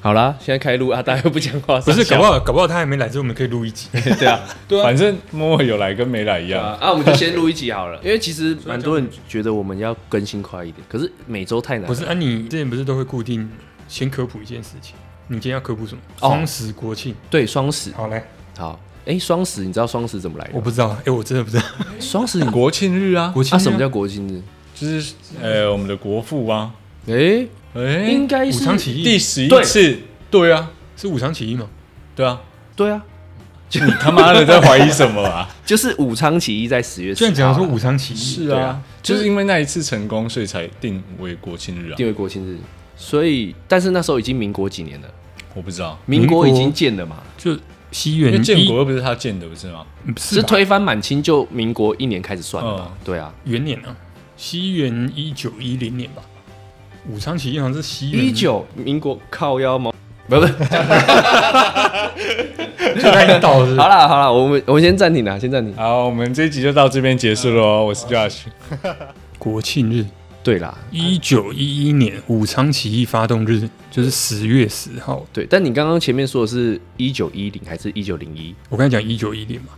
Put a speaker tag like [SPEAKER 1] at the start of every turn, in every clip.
[SPEAKER 1] 好啦，现在开录啊，大家又不讲话，
[SPEAKER 2] 不是，
[SPEAKER 1] 傻
[SPEAKER 2] 搞
[SPEAKER 1] 笑
[SPEAKER 2] 不好搞不好他还没来，所以我们可以录一集。
[SPEAKER 1] 对啊，对啊
[SPEAKER 3] 反，正默默有来跟没来一样。
[SPEAKER 1] 啊，啊我们就先录一集好了，因为其实蛮多人觉得我们要更新快一点，可是每周太难了。
[SPEAKER 2] 不是啊，你之前不是都会固定先科普一件事情？你今天要科普什么？
[SPEAKER 1] 哦
[SPEAKER 2] 双十国庆。
[SPEAKER 1] 对双十
[SPEAKER 2] 好来，
[SPEAKER 1] 好，哎，双十你知道双十怎么来
[SPEAKER 2] 我
[SPEAKER 1] 的？
[SPEAKER 2] 不知道，哎、我真的不知道。
[SPEAKER 1] 双十你
[SPEAKER 3] 国庆日啊，
[SPEAKER 2] 国庆
[SPEAKER 1] 啊
[SPEAKER 2] 日
[SPEAKER 1] 什么叫国庆日？
[SPEAKER 3] 就是呃我们的国父啊，
[SPEAKER 1] 哎，
[SPEAKER 3] 哎
[SPEAKER 1] 应，该
[SPEAKER 2] 武昌
[SPEAKER 1] 是
[SPEAKER 2] 起
[SPEAKER 3] 第
[SPEAKER 2] 义？
[SPEAKER 3] 十一
[SPEAKER 1] 对
[SPEAKER 3] 次，对啊，
[SPEAKER 2] 是武昌起义吗？
[SPEAKER 3] 对啊，
[SPEAKER 1] 对啊，
[SPEAKER 3] 你他妈的在怀疑什么啊？
[SPEAKER 1] 就是武昌起义在十月10号啦，
[SPEAKER 2] 居然讲说武昌起义，
[SPEAKER 3] 是
[SPEAKER 1] 对
[SPEAKER 3] 啊
[SPEAKER 1] 啊，
[SPEAKER 3] 就是因为那一次成功，所以才定为国庆日啊。
[SPEAKER 1] 定为国庆日，所以但是那时候已经民国几年了，
[SPEAKER 3] 我不知道，
[SPEAKER 1] 民国已
[SPEAKER 2] 民国
[SPEAKER 1] 经建了嘛，
[SPEAKER 2] 就西
[SPEAKER 3] 因
[SPEAKER 2] 元
[SPEAKER 3] 为
[SPEAKER 2] 一
[SPEAKER 3] 建国又不是他建的，不是吗？
[SPEAKER 2] 嗯是
[SPEAKER 1] 是
[SPEAKER 2] 吧
[SPEAKER 1] 推翻满清就民国一年开始算了嘛？对啊，
[SPEAKER 2] 元年啊，西元一九一零年吧。武昌起义好像是西元
[SPEAKER 1] 一，九民国靠腰毛，不不，
[SPEAKER 2] 就开始倒是
[SPEAKER 1] 好啦好啦，我们我们先暂停啦，先暂停。
[SPEAKER 3] 好，我们这一集就到这边结束喽。我是 Josh，
[SPEAKER 2] 国庆日，
[SPEAKER 1] 对啦，
[SPEAKER 2] 一九一一年武昌起义发动日就是十月十号。
[SPEAKER 1] 对，但你刚刚前面说的是一九一零还是一九零一？
[SPEAKER 2] 我刚才讲一九一零嘛，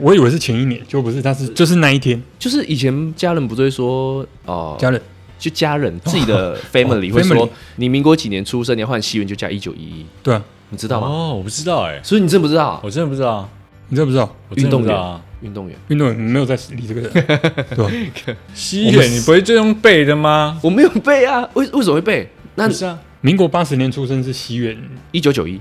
[SPEAKER 2] 我以为是前一年，就不是，但是就是那一天，
[SPEAKER 1] 就是以前家人不是会说哦、
[SPEAKER 2] 家人
[SPEAKER 1] 就家人自己
[SPEAKER 3] 哦
[SPEAKER 1] 的 family 会说，
[SPEAKER 2] family
[SPEAKER 1] 你民国几年出生，你要换西元就加一九一一，
[SPEAKER 2] 对啊，
[SPEAKER 1] 你知道吗？
[SPEAKER 3] 哦，我不知道哎，
[SPEAKER 1] 所以你真不知道
[SPEAKER 3] 我真的不知道啊，
[SPEAKER 2] 你知道不知道？
[SPEAKER 3] 我真的不知道啊。
[SPEAKER 1] 运动员？
[SPEAKER 2] 运动员没有在理这个 人，对吧？
[SPEAKER 3] 西元你不会就用背的吗？
[SPEAKER 1] 我没有背啊，为为什么会背？那
[SPEAKER 3] 不是啊，
[SPEAKER 2] 民国八十年出生是西元，
[SPEAKER 1] 一九九一，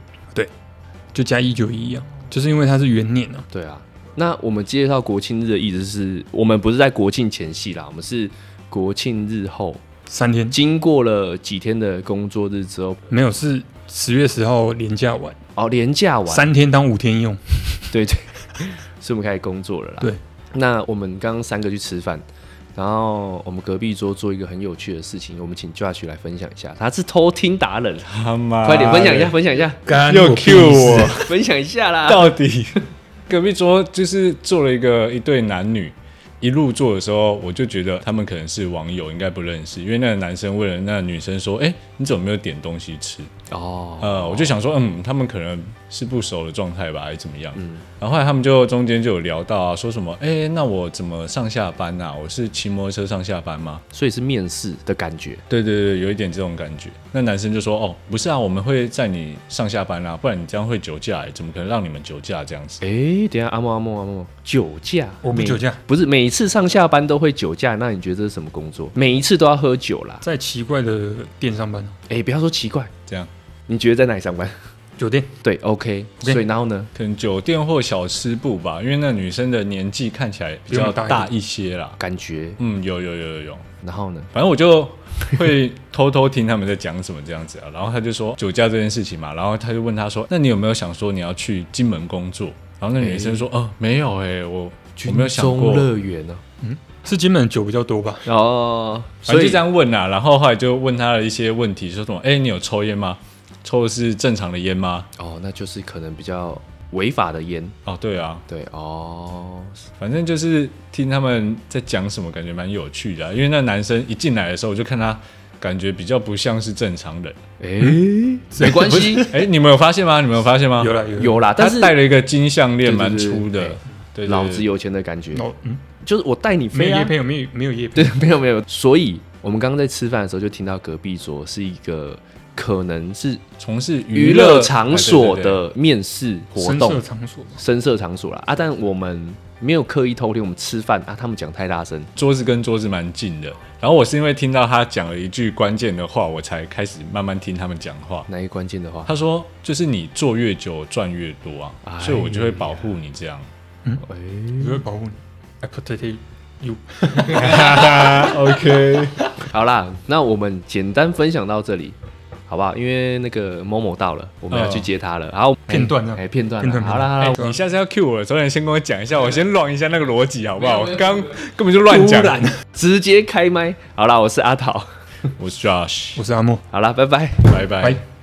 [SPEAKER 2] 就加一九一啊，就是因为他是元年啊，
[SPEAKER 1] 对啊。那我们介绍国庆日的意思是，我们不是在国庆前夕啦，我们是国庆日后，
[SPEAKER 2] 三天
[SPEAKER 1] 经过了几天的工作日之后，
[SPEAKER 2] 没有是十月十号连假完，
[SPEAKER 1] 哦，连假完，
[SPEAKER 2] 三天当五天用，
[SPEAKER 1] 对 对，所以我们开始工作了啦。
[SPEAKER 2] 对，
[SPEAKER 1] 那我们刚刚三个去吃饭，然后我们隔壁桌做一个很有趣的事情，我们请 Josh 来分享一下，他是偷听达人，
[SPEAKER 3] 他
[SPEAKER 2] 啊
[SPEAKER 3] 妈
[SPEAKER 1] 快点分享一
[SPEAKER 3] 的
[SPEAKER 1] 下，分享一下，
[SPEAKER 2] 干
[SPEAKER 3] 又
[SPEAKER 2] 我屁
[SPEAKER 3] Q 我
[SPEAKER 2] 事，
[SPEAKER 1] 分享一下啦。
[SPEAKER 3] 到底隔壁桌就是坐了一个一对男女，一入座的时候，我就觉得他们可能是网友，应该不认识，因为那个男生问了那个女生说：“哎、你怎么没有点东西吃
[SPEAKER 1] 哦？”，
[SPEAKER 3] 呃，我就想说，嗯，他们可能是不熟的状态吧，还是怎么样？然后后来他们就中间就有聊到、啊，说什么：“哎、那我怎么上下班啊？我是骑摩托车上下班吗？”
[SPEAKER 1] 所以是面试的感觉，
[SPEAKER 3] 对对对，有一点这种感觉。那男生就说：“哦，不是啊，我们会在你上下班啦、啊不然你这样会酒驾、欸，怎么可能让你们酒驾这样子？”
[SPEAKER 1] 哎，等一下阿莫阿莫阿莫，酒驾，
[SPEAKER 2] 我不
[SPEAKER 1] 每
[SPEAKER 2] 酒驾，
[SPEAKER 1] 不是每一次上下班都会酒驾，那你觉得这是什么工作？每一次都要喝酒啦？
[SPEAKER 2] 在奇怪的店上班啊，
[SPEAKER 1] 哎，不要说奇怪，
[SPEAKER 3] 这样。
[SPEAKER 1] 你觉得在哪里上班？
[SPEAKER 2] 酒店
[SPEAKER 1] 对，OK，
[SPEAKER 2] OK
[SPEAKER 1] 所以然后呢？
[SPEAKER 3] 可能酒店或小吃部吧，因为那女生的年纪看起来比较大一些啦。
[SPEAKER 1] 感觉，
[SPEAKER 3] 嗯，有有有有有，
[SPEAKER 1] 然后呢？
[SPEAKER 3] 反正我就会偷偷听他们在讲什么这样子啊。然后他就说酒驾这件事情嘛，然后他就问他说：“那你有没有想说你要去金门工作？”然后那女生说：“哦、没有哎、我我没有想过。”
[SPEAKER 1] 军中乐园呢、
[SPEAKER 2] 是金门的酒比较多吧？
[SPEAKER 1] 哦，
[SPEAKER 3] 反
[SPEAKER 1] 所
[SPEAKER 3] 正
[SPEAKER 1] 以
[SPEAKER 3] 就这样问啊啦、然后后来就问他的一些问题，说什么：“哎、你有抽烟吗？抽的是正常的烟吗
[SPEAKER 1] 哦，那就是可能比较违法的烟，？”
[SPEAKER 3] 哦，对啊，
[SPEAKER 1] 对哦，
[SPEAKER 3] 反正就是听他们在讲什么，感觉蛮有趣的啊、因为那男生一进来的时候，我就看他感觉比较不像是正常人。
[SPEAKER 1] 诶，哎没关 系，
[SPEAKER 3] 哎、你们有发现吗？你们有发现吗？
[SPEAKER 2] 嗯有啦有啦
[SPEAKER 1] 有啦，但
[SPEAKER 3] 他
[SPEAKER 1] 是
[SPEAKER 3] 戴了一个金项链，
[SPEAKER 1] 对对
[SPEAKER 3] 蛮
[SPEAKER 1] 对
[SPEAKER 3] 粗的。
[SPEAKER 1] 哎
[SPEAKER 3] 对对对
[SPEAKER 1] 老子有钱的感觉，
[SPEAKER 2] 哦，嗯，
[SPEAKER 1] 就是我带你
[SPEAKER 2] 没
[SPEAKER 1] 飞
[SPEAKER 2] 有
[SPEAKER 1] 啊
[SPEAKER 2] 夜，配，没有没有夜配，
[SPEAKER 1] 对， 没有没有，所以我们刚刚在吃饭的时候就听到隔壁桌是一个可能是
[SPEAKER 3] 从事
[SPEAKER 1] 娱
[SPEAKER 3] 乐
[SPEAKER 1] 乐场所
[SPEAKER 3] 哎对对对
[SPEAKER 1] 的面试活
[SPEAKER 2] 深色
[SPEAKER 1] 动，
[SPEAKER 2] 场所吧，
[SPEAKER 1] 深色场所啦啊，但我们没有刻意偷听，我们吃饭啊，他们讲太大声，
[SPEAKER 3] 桌子跟桌子蛮近的。然后我是因为听到他讲了一句关键的话，我才开始慢慢听他们讲话。
[SPEAKER 1] 哪一个关键的 话？
[SPEAKER 3] 他说：“就是你做越久赚越多啊，
[SPEAKER 1] 哎呀
[SPEAKER 3] 所以我就会保护你这样。”
[SPEAKER 2] 哎
[SPEAKER 1] 诶
[SPEAKER 2] 我会保护你。I protect you。
[SPEAKER 3] OK，
[SPEAKER 1] 好啦，那我们简单分享到这里，好不好？因为那个某某到了，我们要去接他了。好，
[SPEAKER 2] 嗯片段啊
[SPEAKER 1] 哎，片段啊，
[SPEAKER 2] 片段哎
[SPEAKER 1] 好啦，好
[SPEAKER 2] 片
[SPEAKER 1] 啦
[SPEAKER 2] 段，
[SPEAKER 3] 你下次要 cue 我的时候，你先跟我讲一下，我先乱一下那个逻辑好不好？我刚根本就乱讲
[SPEAKER 2] 突。然
[SPEAKER 1] 直接开麦。好啦，我是阿桃，
[SPEAKER 3] 我是 Josh，
[SPEAKER 2] 我是阿莫，
[SPEAKER 1] 好啦，拜拜。
[SPEAKER 3] 拜拜
[SPEAKER 2] 拜。